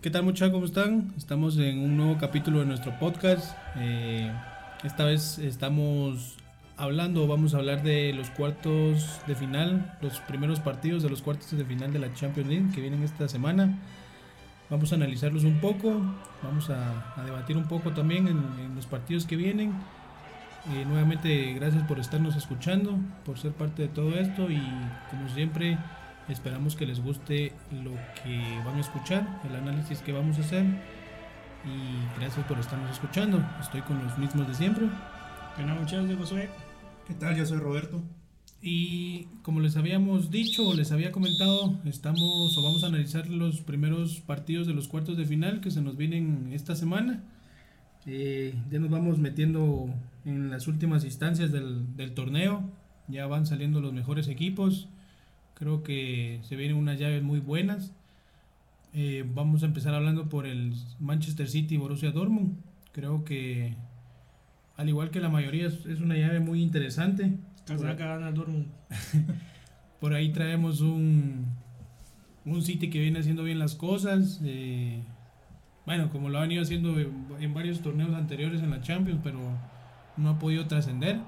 ¿Qué tal muchachos? ¿Cómo están? Estamos en un nuevo capítulo de nuestro podcast. Eh, esta vez estamos hablando, vamos a hablar de los cuartos de final, los primeros partidos de los cuartos de final de la Champions League que vienen esta semana. Vamos a analizarlos un poco, vamos a, a debatir un poco también en, en los partidos que vienen. Eh, nuevamente gracias por estarnos escuchando, por ser parte de todo esto y como siempre esperamos que les guste lo que van a escuchar, el análisis que vamos a hacer y gracias por estarnos escuchando. Estoy con los mismos de siempre. Buenas noches, yo soy. ¿Qué tal? Yo soy Roberto. Y como les habíamos dicho o les había comentado, estamos o vamos a analizar los primeros partidos de los cuartos de final que se nos vienen esta semana. Eh, ya nos vamos metiendo en las últimas instancias del, del, torneo, ya van saliendo los mejores equipos, creo que se vienen unas llaves muy buenas. Eh, vamos a empezar hablando por el Manchester City Borussia Dortmund. Creo que al igual que la mayoría, es una llave muy interesante. Casaca gana Dortmund. Por ahí traemos un, un City que viene haciendo bien las cosas. Eh, bueno, como lo han ido haciendo en, en, varios torneos anteriores en la Champions, pero no ha podido trascender.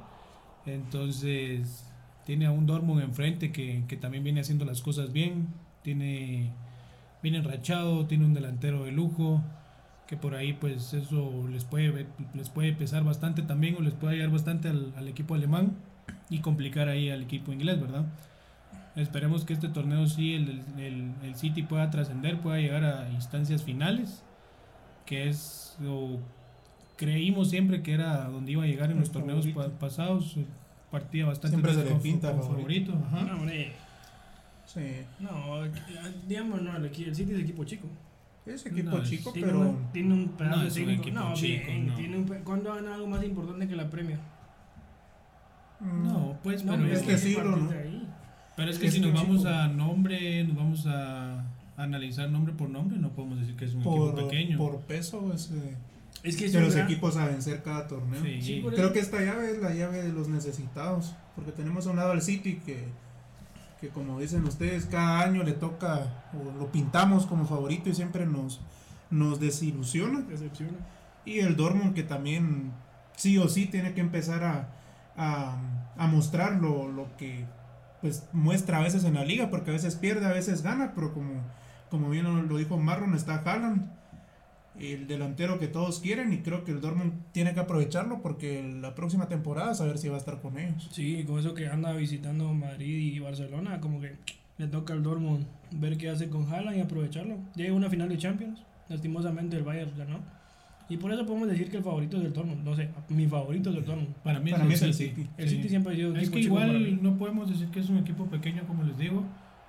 Entonces, tiene a un Dortmund enfrente que, que también viene haciendo las cosas bien. Tiene, viene enrachado, tiene un delantero de lujo que por ahí pues eso les puede, les puede pesar bastante también o les puede ayudar bastante al, al, equipo alemán y complicar ahí al equipo inglés, ¿verdad? Esperemos que este torneo sí, el, el, el City pueda trascender, pueda llegar a instancias finales, que es o creímos siempre que era donde iba a llegar en los torneos favorito. pasados, partida bastante siempre se le pinta como favorito. favorito ajá. No, sí. no, digamos, no, el City es equipo chico. Es equipo no, chico, tiene pero. Un, tiene un pedazo no, de técnico. No, chico, bien, no. Tiene un, ¿Cuándo gana algo más importante que la premia? mm, No, pues, pero es, que, que sí, ¿no? Pero es que es si nos chico. vamos a nombre, nos vamos a analizar nombre por nombre, no podemos decir que es un por, equipo pequeño. Por peso, es. Eh, es que de los gran... equipos a vencer cada torneo. Sí. Sí, Creo que esta llave es la llave de los necesitados, porque tenemos a un lado al City que que como dicen ustedes, cada año le toca, o lo pintamos como favorito y siempre nos, nos desilusiona. Decepciona. Y el Dortmund que también sí o sí tiene que empezar a, a, a mostrar lo, lo, que pues muestra a veces en la liga, porque a veces pierde, a veces gana, pero como, como bien lo dijo Marron, está Haaland, el delantero que todos quieren y creo que el Dortmund tiene que aprovecharlo porque la próxima temporada saber si va a estar con ellos. Sí, con eso que anda visitando Madrid y Barcelona, como que le toca al Dortmund ver qué hace con Haaland y aprovecharlo. Llega una final de Champions, lastimosamente el Bayern ganó. Y por eso podemos decir que el favorito es el Dortmund, no sé, mi favorito es el Dortmund. Para mí, para es, el City. City. El City sí. siempre ha sido un Es que igual no podemos decir que es un equipo pequeño como les digo.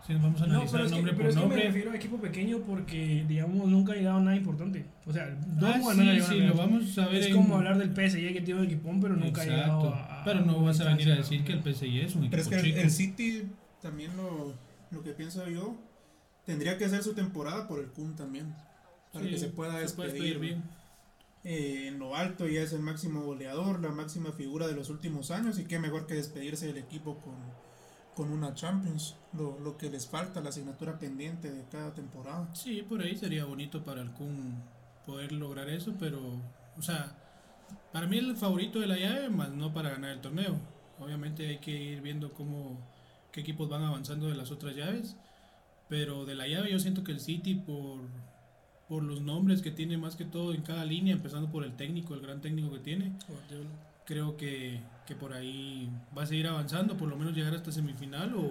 Si nos vamos a analizar no, pero nombre que, pero por nombre. Es que me refiero a equipo pequeño porque, digamos, nunca ha llegado a nada importante. O sea, no ah, sí, sí, lo vamos a ver. Es en... como hablar del PSG que tiene un equipón, pero nunca Exacto. ha llegado a. Pero no vas a venir a decir que el PSG es un equipo pero es que chico. El City también lo, lo que pienso yo tendría que hacer su temporada por el Kun también. Para sí, que se pueda despedir. bien. Eh, en lo alto ya es el máximo goleador, la máxima figura de los últimos años y qué mejor que despedirse del equipo con, con una Champions, lo, lo, que les falta, la asignatura pendiente de cada temporada. Sí, por ahí sería bonito para el Kun poder lograr eso, pero, o sea, para mí el favorito de la llave, más no para ganar el torneo. Obviamente hay que ir viendo cómo, qué equipos van avanzando de las otras llaves, pero de la llave yo siento que el City, por, por los nombres que tiene más que todo en cada línea, empezando por el técnico, el gran técnico que tiene, creo que, que, por ahí va a seguir avanzando, por lo menos llegar hasta semifinal o,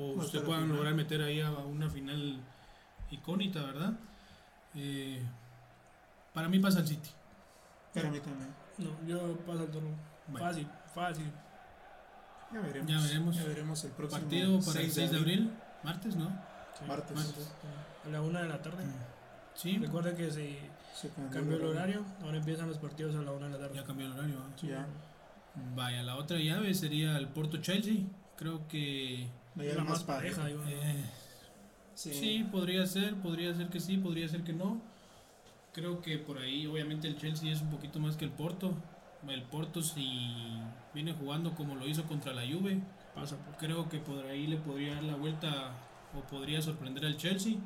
o usted puedan final. lograr meter ahí a una final icónica, ¿verdad? Eh, para mí pasa el City. Para mí también. No, yo paso el Dortmund. Bueno. Fácil, fácil. Ya veremos. Ya veremos. Ya veremos el próximo partido para 6 el 6 de abril, abril. martes, ¿no? Sí, martes. Mm. martes. A la una de la tarde. Sí. Recuerda que se, se cambió, cambió, el horario. Ahora empiezan los partidos a la una de la tarde. Ya cambió el horario. ¿eh? Sí, ya. Vaya, la otra llave sería el Porto Chelsea. Creo que. La, la más pareja, pareja eh, sí. sí. podría ser, podría ser que sí, podría ser que no. Creo que por ahí, obviamente, el Chelsea es un poquito más que el Porto. El Porto, si viene jugando como lo hizo contra la Juve, pasa. pues. Por. Creo que por ahí le podría dar la vuelta o podría sorprender al Chelsea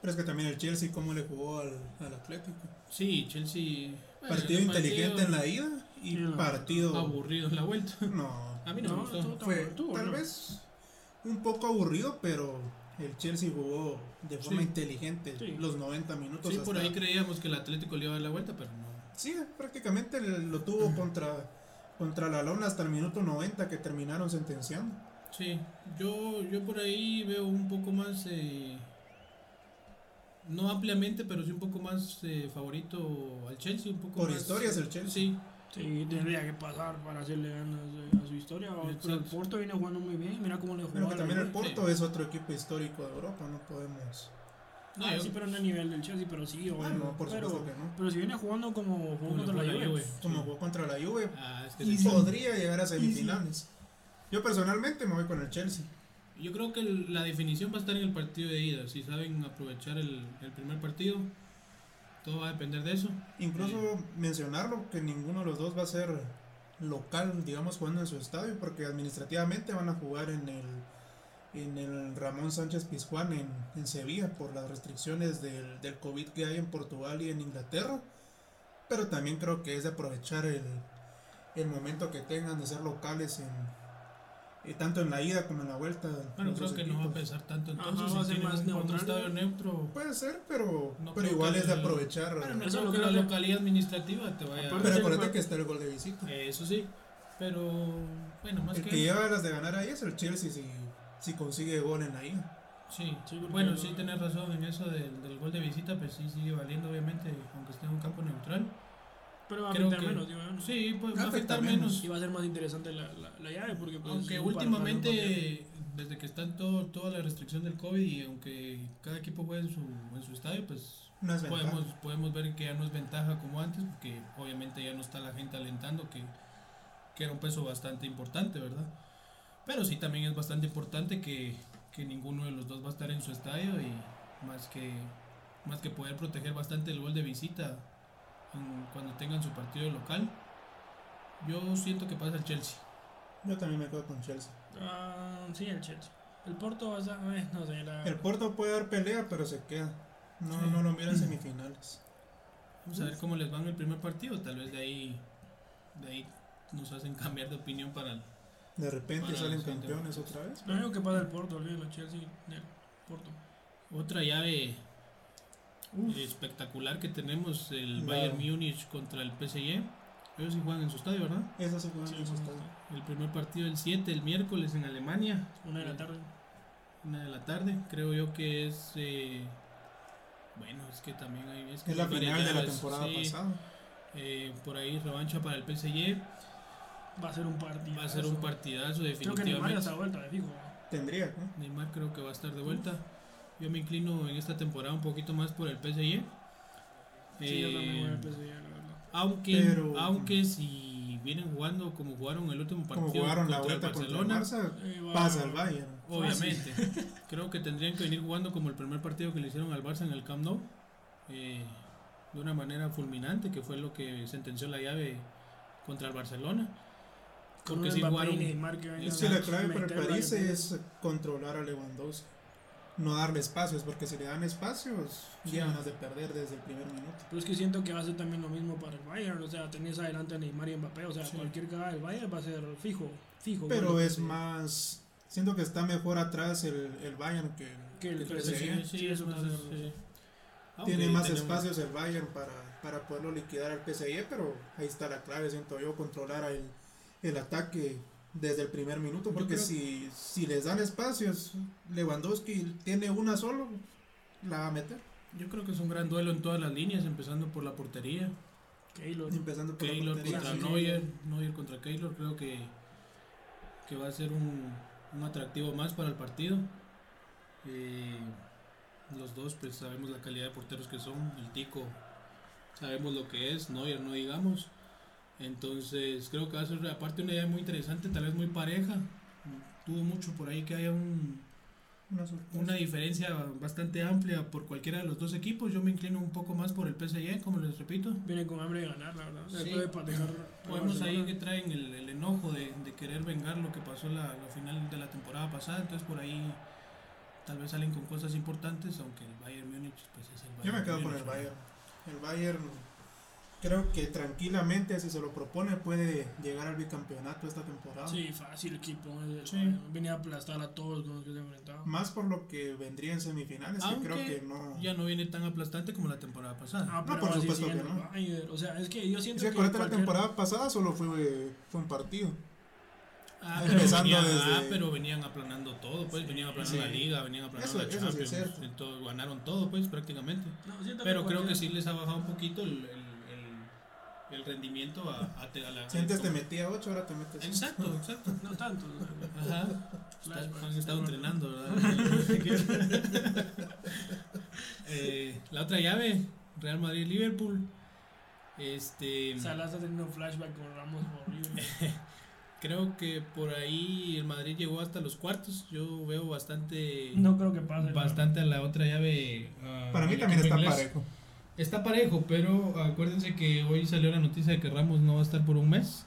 Pero es que también el Chelsea, ¿cómo le jugó al, al Atlético? Sí, Chelsea. eh, bueno, partido Pues, el inteligente en la ida y No. partido. Aburrido en la vuelta. no. A mí no, No, me gustó. estuvo- Fue Estuvo tal bueno. vez un poco aburrido, pero el Chelsea jugó de forma Sí. inteligente Sí. los 90 minutos. Sí, por hasta- ahí creíamos que el Atlético le iba a dar la vuelta, pero no. Sí, prácticamente lo tuvo contra, contra la lona hasta el minuto 90 que terminaron sentenciando. Sí, yo, yo por ahí veo un poco más, eh, no ampliamente, pero sí un poco más eh, favorito al Chelsea, un poco Por más- historias el Chelsea. Sí, Sí, tendría que pasar para hacerle ganas eh, a su historia. o- Pero el Exacto. Porto viene jugando muy bien. Mira cómo le jugó. Pero a que Pues la también el Juve. Porto es otro equipo histórico de Europa, no podemos. no, Ah, yo- sí, pero no a nivel del Chelsea, pero sí. Ah, obvio. no, por pero, supuesto que no. pero si viene jugando como jugó Como contra jugó la la Juve. Juve. Como jugó contra la Juve, Ah, es que y sí. podría llegar a sí. semifinales. Yo personalmente me voy con el Chelsea. Yo creo que el- la definición va a estar en el partido de ida, si saben aprovechar el, el primer partido, todo va a depender de eso. Incluso mencionarlo que ninguno de los dos va a ser local, digamos, jugando en su estadio, porque administrativamente van a jugar en el en el Ramón Sánchez Pizjuán en, en Sevilla por las restricciones del, del COVID que hay en Portugal y en Inglaterra. Pero también creo que es de aprovechar el, el momento que tengan de ser locales en eh, tanto en la ida como en la vuelta. Bueno, creo los dos que no va a equipos. pesar tanto entonces, Ajá, si va a ser tienen más un- un neutral. estadio neutro. Puede ser, pero, No pero creo igual que es de el- aprovechar. eh, Bueno, no Eso creo lo que la creo. localidad administrativa te vaya Aparte- pero sí, acuérdate igual. que está el gol de visita. Eso sí, pero bueno, más El que... que lleva las de ganar ahí es el Chelsea si, si consigue gol en la ida. Sí, Sí, porque bueno, no- sí tenés razón en eso del, del gol de visita, pues sí sigue valiendo obviamente, aunque esté en un campo neutral. Pero va a Creo afectar que- menos, digo. ¿no? Sí, pues va a Afecta afectar menos. menos. Y va a ser más interesante la, la, la llave porque aunque pues, un par- par- par- par- últimamente, desde que está todo, toda la restricción del COVID y aunque cada equipo juega en su, en su estadio, pues No es ventaja. podemos, podemos ver que ya no es ventaja como antes, porque obviamente ya no está la gente alentando, que, que era un peso bastante importante, ¿verdad? Pero sí también es bastante importante que, que ninguno de los dos va a estar en su estadio y más que, más que poder proteger bastante el gol de visita en- cuando tengan su partido local. Yo siento que pasa el Chelsea. Yo también me quedo con Chelsea. Ah, sí, el Chelsea. El Porto va a estar, eh, no sé, la- El Porto puede dar pelea, pero se queda. No, Sí. Mm. no lo miran semifinales. Vamos a ver cómo les va en el primer partido. Tal vez de ahí, de ahí nos hacen cambiar de opinión para el... De repente Para salen los siguientes campeones otra vez. Lo único que pasa del Porto, olvídalo, Chelsea, del Porto. Otra llave espectacular que tenemos el Wow. Bayern Múnich contra el PSG. Ellos sí juegan en su estadio, ¿verdad? Eso se juega Sí, en esos sí, estadios. El primer partido el 7, el miércoles en Alemania, Una de la tarde. una de la tarde. Creo yo que es. eh, bueno, es que también hay. Es, que Es la hay varias final de la llaves, temporada sí. pasada. Eh, por ahí revancha para el PSG. Va a ser un partido. Va a ser un partidazo, Creo que Neymar ya definitivamente. está de vuelta, de fijo. Tendría, ¿no? Neymar creo que va a estar de vuelta. Yo me inclino en esta temporada un poquito más por el PSG. Sí, yo también voy Eh, al PSG, la verdad. Aunque, Pero- mm. aunque si vienen jugando como jugaron el último partido Como jugaron la contra el vuelta contra el Barcelona, Barça, Eh, va- pasa el Bayern. obviamente, creo que tendrían que venir jugando como el primer partido que le hicieron al Barça en el Camp Nou, eh, de una manera fulminante, que fue lo que sentenció la llave contra el Barcelona. Con Porque un si Mbappé y jugaron- Neymar que vengan Es Es a que la clave para el meterla, París que- es controlar a Lewandowski. No darle espacios, porque si le dan espacios, Sí. llevan las de perder desde el primer minuto. Pero es que siento que va a ser también lo mismo para el Bayern. O sea, tenés adelante a Neymar y Mbappé. O sea, Sí. cualquier cagada del Bayern va a ser fijo. fijo Pero gol de es PSG. más. Siento que está mejor atrás el, el Bayern que el- Que el que PSG. Sí, sí, Sí, es eso más, también. eh, aunque Tiene más tenemos- espacios el Bayern para, para poderlo liquidar al PSG, pero ahí está la clave, siento yo, controlar el, el ataque desde el primer minuto, Yo porque creo- si, si les dan espacios, Lewandowski tiene una solo, la va a meter, Yo creo que es un gran duelo en todas las líneas, empezando por la portería. Keylor. empezando por la Keylor portería. contra sí. Neuer, Neuer contra Keylor, creo que, que va a ser un, un atractivo más para el partido. Eh, los dos pues sabemos la calidad de porteros que son, el Tico sabemos lo que es, Neuer no digamos. Entonces creo que va a ser aparte una idea muy interesante, tal vez muy pareja. Tuvo mucho por ahí que haya un, Una sorpresa. una diferencia bastante amplia por cualquiera de los dos equipos. Yo me inclino un poco más por el PSG, como les repito. Viene con hambre de ganar, la verdad. Sí. Después de patear. Podemos ahí que traen el, el enojo de, de querer vengar lo que pasó la, la final de la temporada pasada, entonces por ahí Tal vez salen con cosas importantes, aunque el Bayern Múnich pues, es el Bayern. Yo me quedo con Múnich, el ¿no? Bayern. El Bayern creo que tranquilamente, si se lo propone, puede llegar al bicampeonato esta temporada. Sí, fácil equipo. eh, Sí. eh, Venía a aplastar a todos con los que se enfrentaba. Más por lo que vendría en semifinales, Aunque que creo que no. Ya no viene tan aplastante como la temporada pasada. Ah, No, pero por así supuesto sigue que el no. Bayern. O sea, es que yo siento Si que. acuérdate, la cualquier- temporada pasada solo fue, fue un partido. Ah, Empezando venían, desde- ah, pero venían aplanando todo, pues. venían aplanando Sí. la liga, venían aplanando Eso- la eso sí es Champions. cierto. entonces, ganaron todo, pues, prácticamente. No, siento Pero creo cualquier- que sí les ha bajado un poquito el, el- el- el rendimiento a, a te- a la. Si antes te metía 8, ahora te metes. Ah, Exacto, exacto. No tanto. o sea, Ajá. Está- Flashbacks, han estado bueno. entrenando, ¿verdad? Eh, la otra llave, Real Madrid-Liverpool. Este, Salah está teniendo un flashback con Ramos horrible. creo que por ahí el Madrid llegó hasta los cuartos. Yo veo bastante, No creo que pase. la bastante a la otra llave. ah, Para mí al también equipo está inglés. parejo. Está parejo, pero acuérdense que hoy salió la noticia de que Ramos no va a estar por un mes.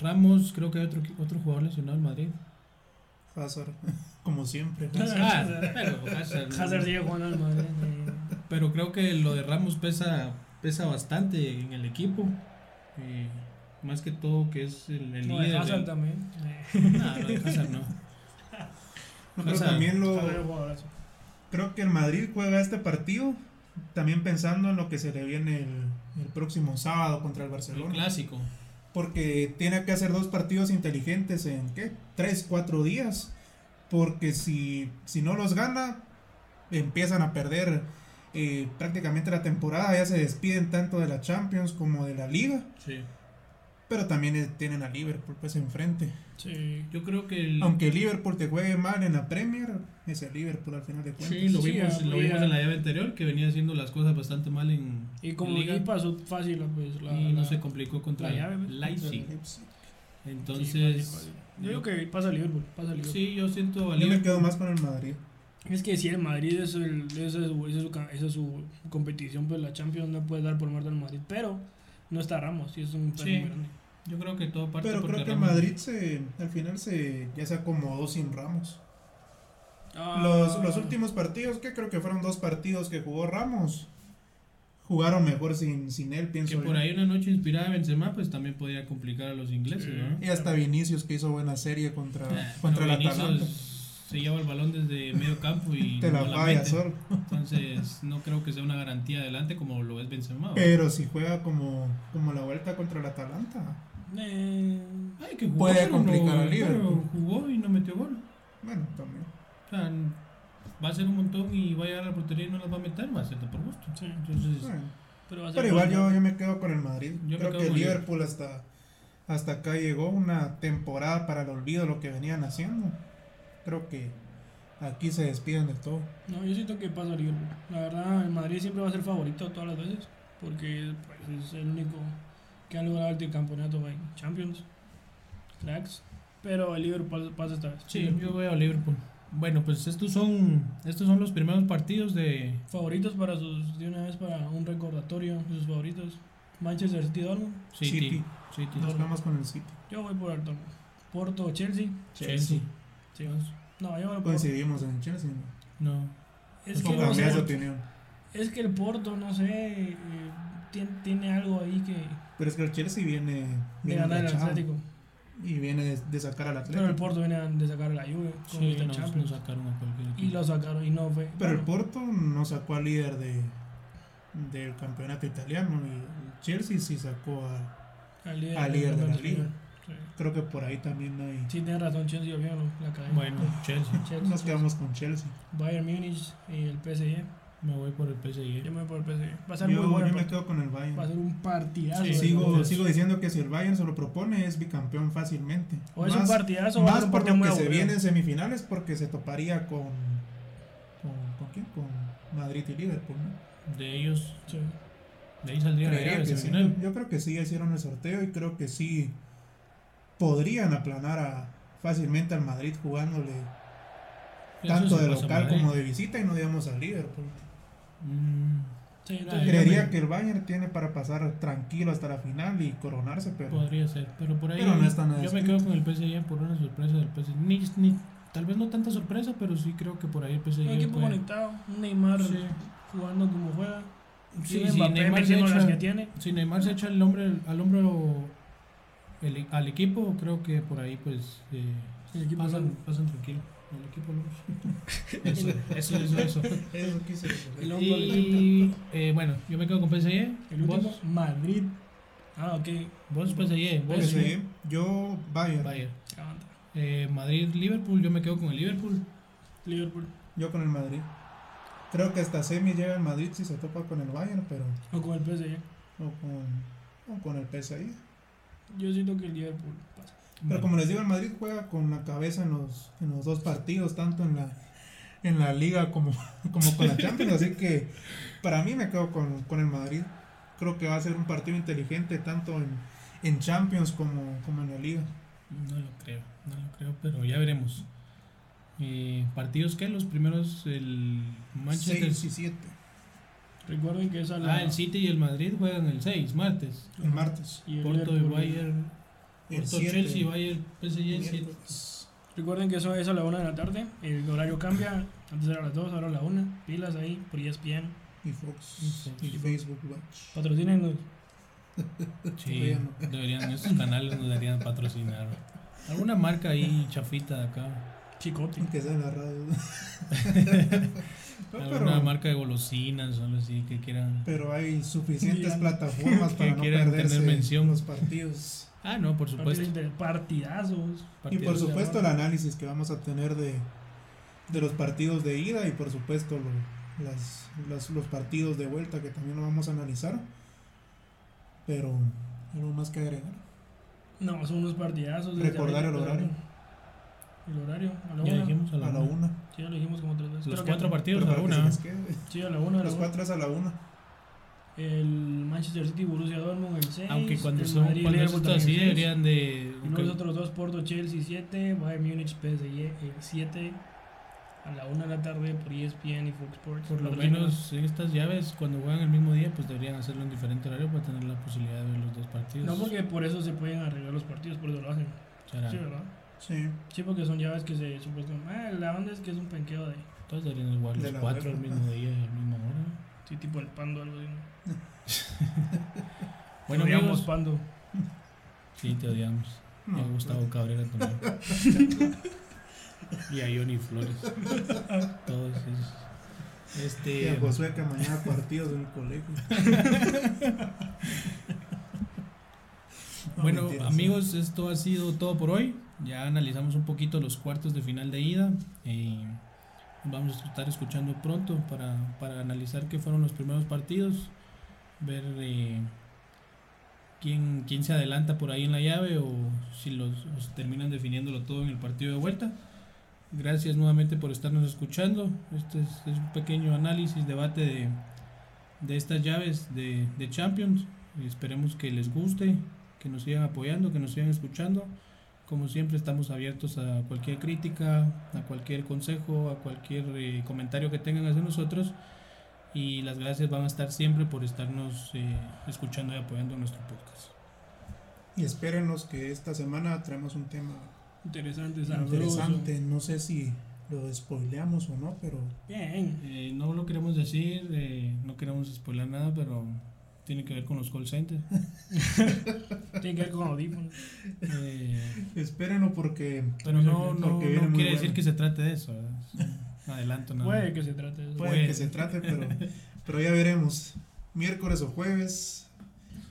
Ramos, creo que hay otro, otro jugador lesionado en Madrid. Hazard, como siempre. Ah, pero Hazard, verdad. ¿no? Hazard sigue jugando al Madrid. eh. Pero creo que lo de Ramos pesa, pesa bastante en el equipo. Eh, más que todo que es el, el No, de líder. Hazard del- también. eh. No, lo de Hazard no. No, pero Hazard. también Hazard es un lo, jugadorazo. creo que el Madrid juega este partido también pensando en lo que se le viene el, el próximo sábado contra el El Barcelona. clásico. porque tiene que hacer dos partidos inteligentes en qué tres cuatro días porque si si no los gana empiezan a perder eh, prácticamente la temporada ya se despiden tanto de la Champions como de la Liga Sí. pero también eh, tienen a Liverpool pues enfrente Sí. Yo creo que el, aunque Liverpool te juegue mal en la Premier es el Liverpool al final de cuentas sí, lo Sí, vimos, lo habría- vimos en la llave anterior, que venía haciendo las cosas bastante mal en, Y como en liga. aquí pasó fácil, pues la. y no la- se complicó contra la llave, ¿ves? Leipzig. Sí, Entonces, fácil, fácil. Yo digo que pasa Liverpool. Pasa Liverpool. sí, yo siento a yo me Liverpool. quedo más con el Madrid Es que si el Madrid es, el, esa, es su, esa es su ca- esa es su competición, pues la Champions no puede dar por muerto al Madrid. Pero no está Ramos, y es Sí. un peso muy grande. Yo creo que todo parte pero porque creo que el Ramos- Madrid se al final se ya se acomodó sin Ramos Ah, Los, los últimos partidos, que creo que fueron dos partidos que jugó Ramos, jugaron mejor sin, sin él, pienso. Que por yo. ahí una noche inspirada en Benzema, pues también podía complicar a los ingleses, Sí. ¿no? Y hasta Vinicius, que hizo buena serie contra, Ah, contra pero el Vinicius Atalanta. Se lleva el balón desde medio campo y Te la no falla mete. solo. Entonces, no creo que sea una garantía adelante como lo es Benzema. ¿verdad? Pero si juega como, como la vuelta contra el Atalanta, Eh, Ay, que jugó, Puede pero complicar no, al Liverpool. pero jugó y no metió gol. bueno, también. O sea, va a ser un montón y va a llegar a la portería y no las va a meter, va a ser de por gusto. sí, Entonces, Bueno, pero, va a ser Pero igual bueno. yo, yo me quedo con el Madrid. Yo me creo quedo que con Liverpool hasta, hasta acá llegó una temporada para el olvido de lo que venían haciendo. Creo que aquí se despiden de todo. No, yo siento que pasa Liverpool. La verdad, el Madrid siempre va a ser favorito todas las veces. Porque pues, es el único que ha logrado el campeonato güey. Champions, cracks. Pero el Liverpool pasa esta vez. sí, yo veo a Liverpool. Bueno, pues estos son, estos son los primeros partidos de, Favoritos para sus, de una vez para un recordatorio, sus favoritos. Manchester City Dortmund. City. City. City. Nos vamos con el City. Yo voy por el Dortmund. Porto Chelsea. Chelsea. Sí, vamos. No, yo voy por Porto. Coincidimos en Chelsea. ¿no? No. Es que, Tú Ojalá no me sé, cambias de opinión. es que el Porto, no sé, eh, tien- tiene algo ahí que Pero es que el Chelsea viene, de viene ganar el enrachado Atlético. y viene de, de sacar al Atlético. Pero el Porto viene de sacar a la Juve con Sí, esta nos- Champions. nos sacaron a cualquier y equipo. lo sacaron y no fue. Pero el bueno, Porto no sacó al líder de, del campeonato italiano y el Chelsea sí sacó a... al líder, al líder de la liga. Sí. Creo que por ahí también hay... Sí, tienes razón, Chelsea, yo la cadena. Bueno, Chelsea. Chelsea, Nos quedamos con Chelsea. Bayern Múnich y el PSG. Me voy por el PSG. Yo me voy por el PSG. Va a Yo, ser muy bueno. yo el me partido. quedo con el Bayern. Va a ser un partidazo. Sí, de Sigo, partidos. sigo diciendo que si el Bayern se lo propone es bicampeón fácilmente. O es un Más- partidazo o va a Más ser un por partido lo muy que se aburrido. viene en semifinales porque se toparía con... ¿Con, con quién? Con Madrid y Liverpool, ¿no? De ellos, Sí. de ahí saldría la Creería llave que sí. semifinal. Yo creo que sí ya hicieron el sorteo y creo que sí podrían aplanar a- fácilmente al Madrid jugándole Eso tanto sí de pasa ¿eh? local Madrid. como de visita y no digamos al Liverpool. Mm, Sí, no, Ay, Creería hombre. que el Bayern tiene para pasar tranquilo hasta la final y coronarse, pero Pues, podría ser, pero por ahí Pero no está nada yo me escrito. quedo con el PSG por una sorpresa del PSG. Ni, ni tal vez no tanta sorpresa, pero sí creo que por ahí el PSG Un equipo puede- conectado, un Neymar Sí. jugando como juega. Sí, Tiene sí, Mbappé Neymar metiendo se las echa- que tiene. Si Neymar se echa el hombre, al hombro el- al equipo, creo que por ahí pues eh, El equipo pasan, loco. pasan tranquilo. El equipo al hombro. Eso, eso, eso, eso. Eso quise decir. El hombro Y eh, bueno, yo me quedo con PSG. El último, Vos, Madrid. Ah, ok. vos PSG, vos Pues, eh, yo, vaya, Bayern. Aguanta. Eh, Madrid, Liverpool, yo me quedo con el Liverpool. Liverpool. yo con el Madrid. Creo que hasta semi llega el Madrid si se topa con el Bayern, pero. O con el PSG. O con, o con el PSG. Yo siento que el Liverpool pasa. Pero Bueno, como les digo, el Madrid juega con la cabeza en los, en los dos partidos, tanto en la, en la liga como, como con la Champions. Así que para mí me quedo con, con el Madrid. Creo que va a ser un partido inteligente tanto en, en Champions como, como en la liga. no lo creo, no lo creo, pero ya veremos. Eh, ¿Partidos qué? Los primeros, el Manchester 6 y 7, Recuerden que esa la. Ah, el City y el Madrid juegan el 6, martes. el martes. y el Porto y Liverpool. Bayern. El Porto, 7, Chelsea, Bayern, PSG, siete. miércoles. Recuerden que eso es a la 1 de la tarde. El horario cambia. Antes era a las 2, ahora a la 1. Pilas ahí por E ESPN. Y Fox. Y Fox. Y Facebook Watch. Patrocínenos. Sí, deberían, estos canales nos deberían patrocinar. Alguna marca ahí chafita de acá. Chicote. Aunque sea en la radio. No, Alguna marca de golosinas o algo así que quieran. Pero hay suficientes Ya. plataformas para Que no quieran perderse tener mención. los partidos. Ah, no, por supuesto. Partidos inter- Partidazos. Y por Partidos. supuesto el análisis que vamos a tener de, de los partidos de ida y por supuesto lo- las, las- los partidos de vuelta que también lo vamos a analizar. Pero algo más que agregar. No, son unos partidazos. desde Recordar ahorita, el horario. El horario. A la Ya 1. dijimos a la, A la una. una. Sí, ya lo dijimos como tres veces. Los Creo que- cuatro partidos Pero a la para que una. se les quede. Sí, a la 1. Los cuatro es a la una. El Manchester City, Borussia Dortmund, el 6. Aunque cuando Este, son cuando es esto así deberían de. Y los otros dos, Porto, Chelsea 7, Bayern Múnich, PSG 7. A la 1 de la tarde por E ESPN y Fox Sports. Por lo Patrocínanos. menos en estas llaves, cuando juegan el mismo día, pues deberían hacerlo en diferente horario para tener la posibilidad de ver los dos partidos. No porque por eso se pueden arreglar los partidos, por eso lo hacen. Será. Sí, ¿verdad? Sí. Sí, porque son llaves que se supuestamente. Ah, la onda es que es un penqueo de. Todos deberían jugar De los la cuatro al UEFA. mismo día y a la misma hora. Sí, tipo el pando o algo así. ¿no? Bueno, Digamos amigos. pando. Sí, te odiamos. No. pues, Y a Gustavo Cabrera también. y a Johnny Flores. Todos esos. Y Este. a Josué que mañana partidos en el colegio. No, Bueno, mentiras, sí. amigos, esto ha sido todo por hoy. Ya analizamos un poquito los cuartos de final de ida. Eh, vamos a estar escuchando pronto para, para analizar qué fueron los primeros partidos, ver eh, quién, quién se adelanta por ahí en la llave o si los o si terminan definiéndolo todo en el partido de vuelta. Gracias nuevamente por estarnos escuchando. Este es, es un pequeño análisis, debate de, de estas llaves de, de Champions. Esperemos que les guste que nos sigan apoyando, que nos sigan escuchando. Como siempre estamos abiertos a cualquier crítica, a cualquier consejo, a cualquier eh, comentario que tengan hacia nosotros. Y las gracias van a estar siempre por estarnos eh, escuchando y apoyando en nuestro podcast. Y espérenos que esta semana traemos un tema Interesante, sabroso. interesante. No sé si lo spoileamos o no, pero Bien. Eh, no lo queremos decir, eh, no queremos spoiler nada, pero tiene que ver con los call centers. Tiene que ver con audífonos. Eh, espérenlo porque pero no, no, Porque viene no muy quiere bueno. decir que se trate de eso. ¿verdad? Es un Adelanto nada. Puede que se trate de eso. puede Bueno. que se trate, pero, pero ya veremos. Miércoles o jueves,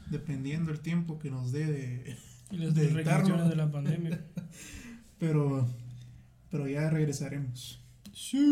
dependiendo el tiempo que nos dé. de- Y las de restricciones editarlo. de la pandemia. pero, pero ya regresaremos. Sí.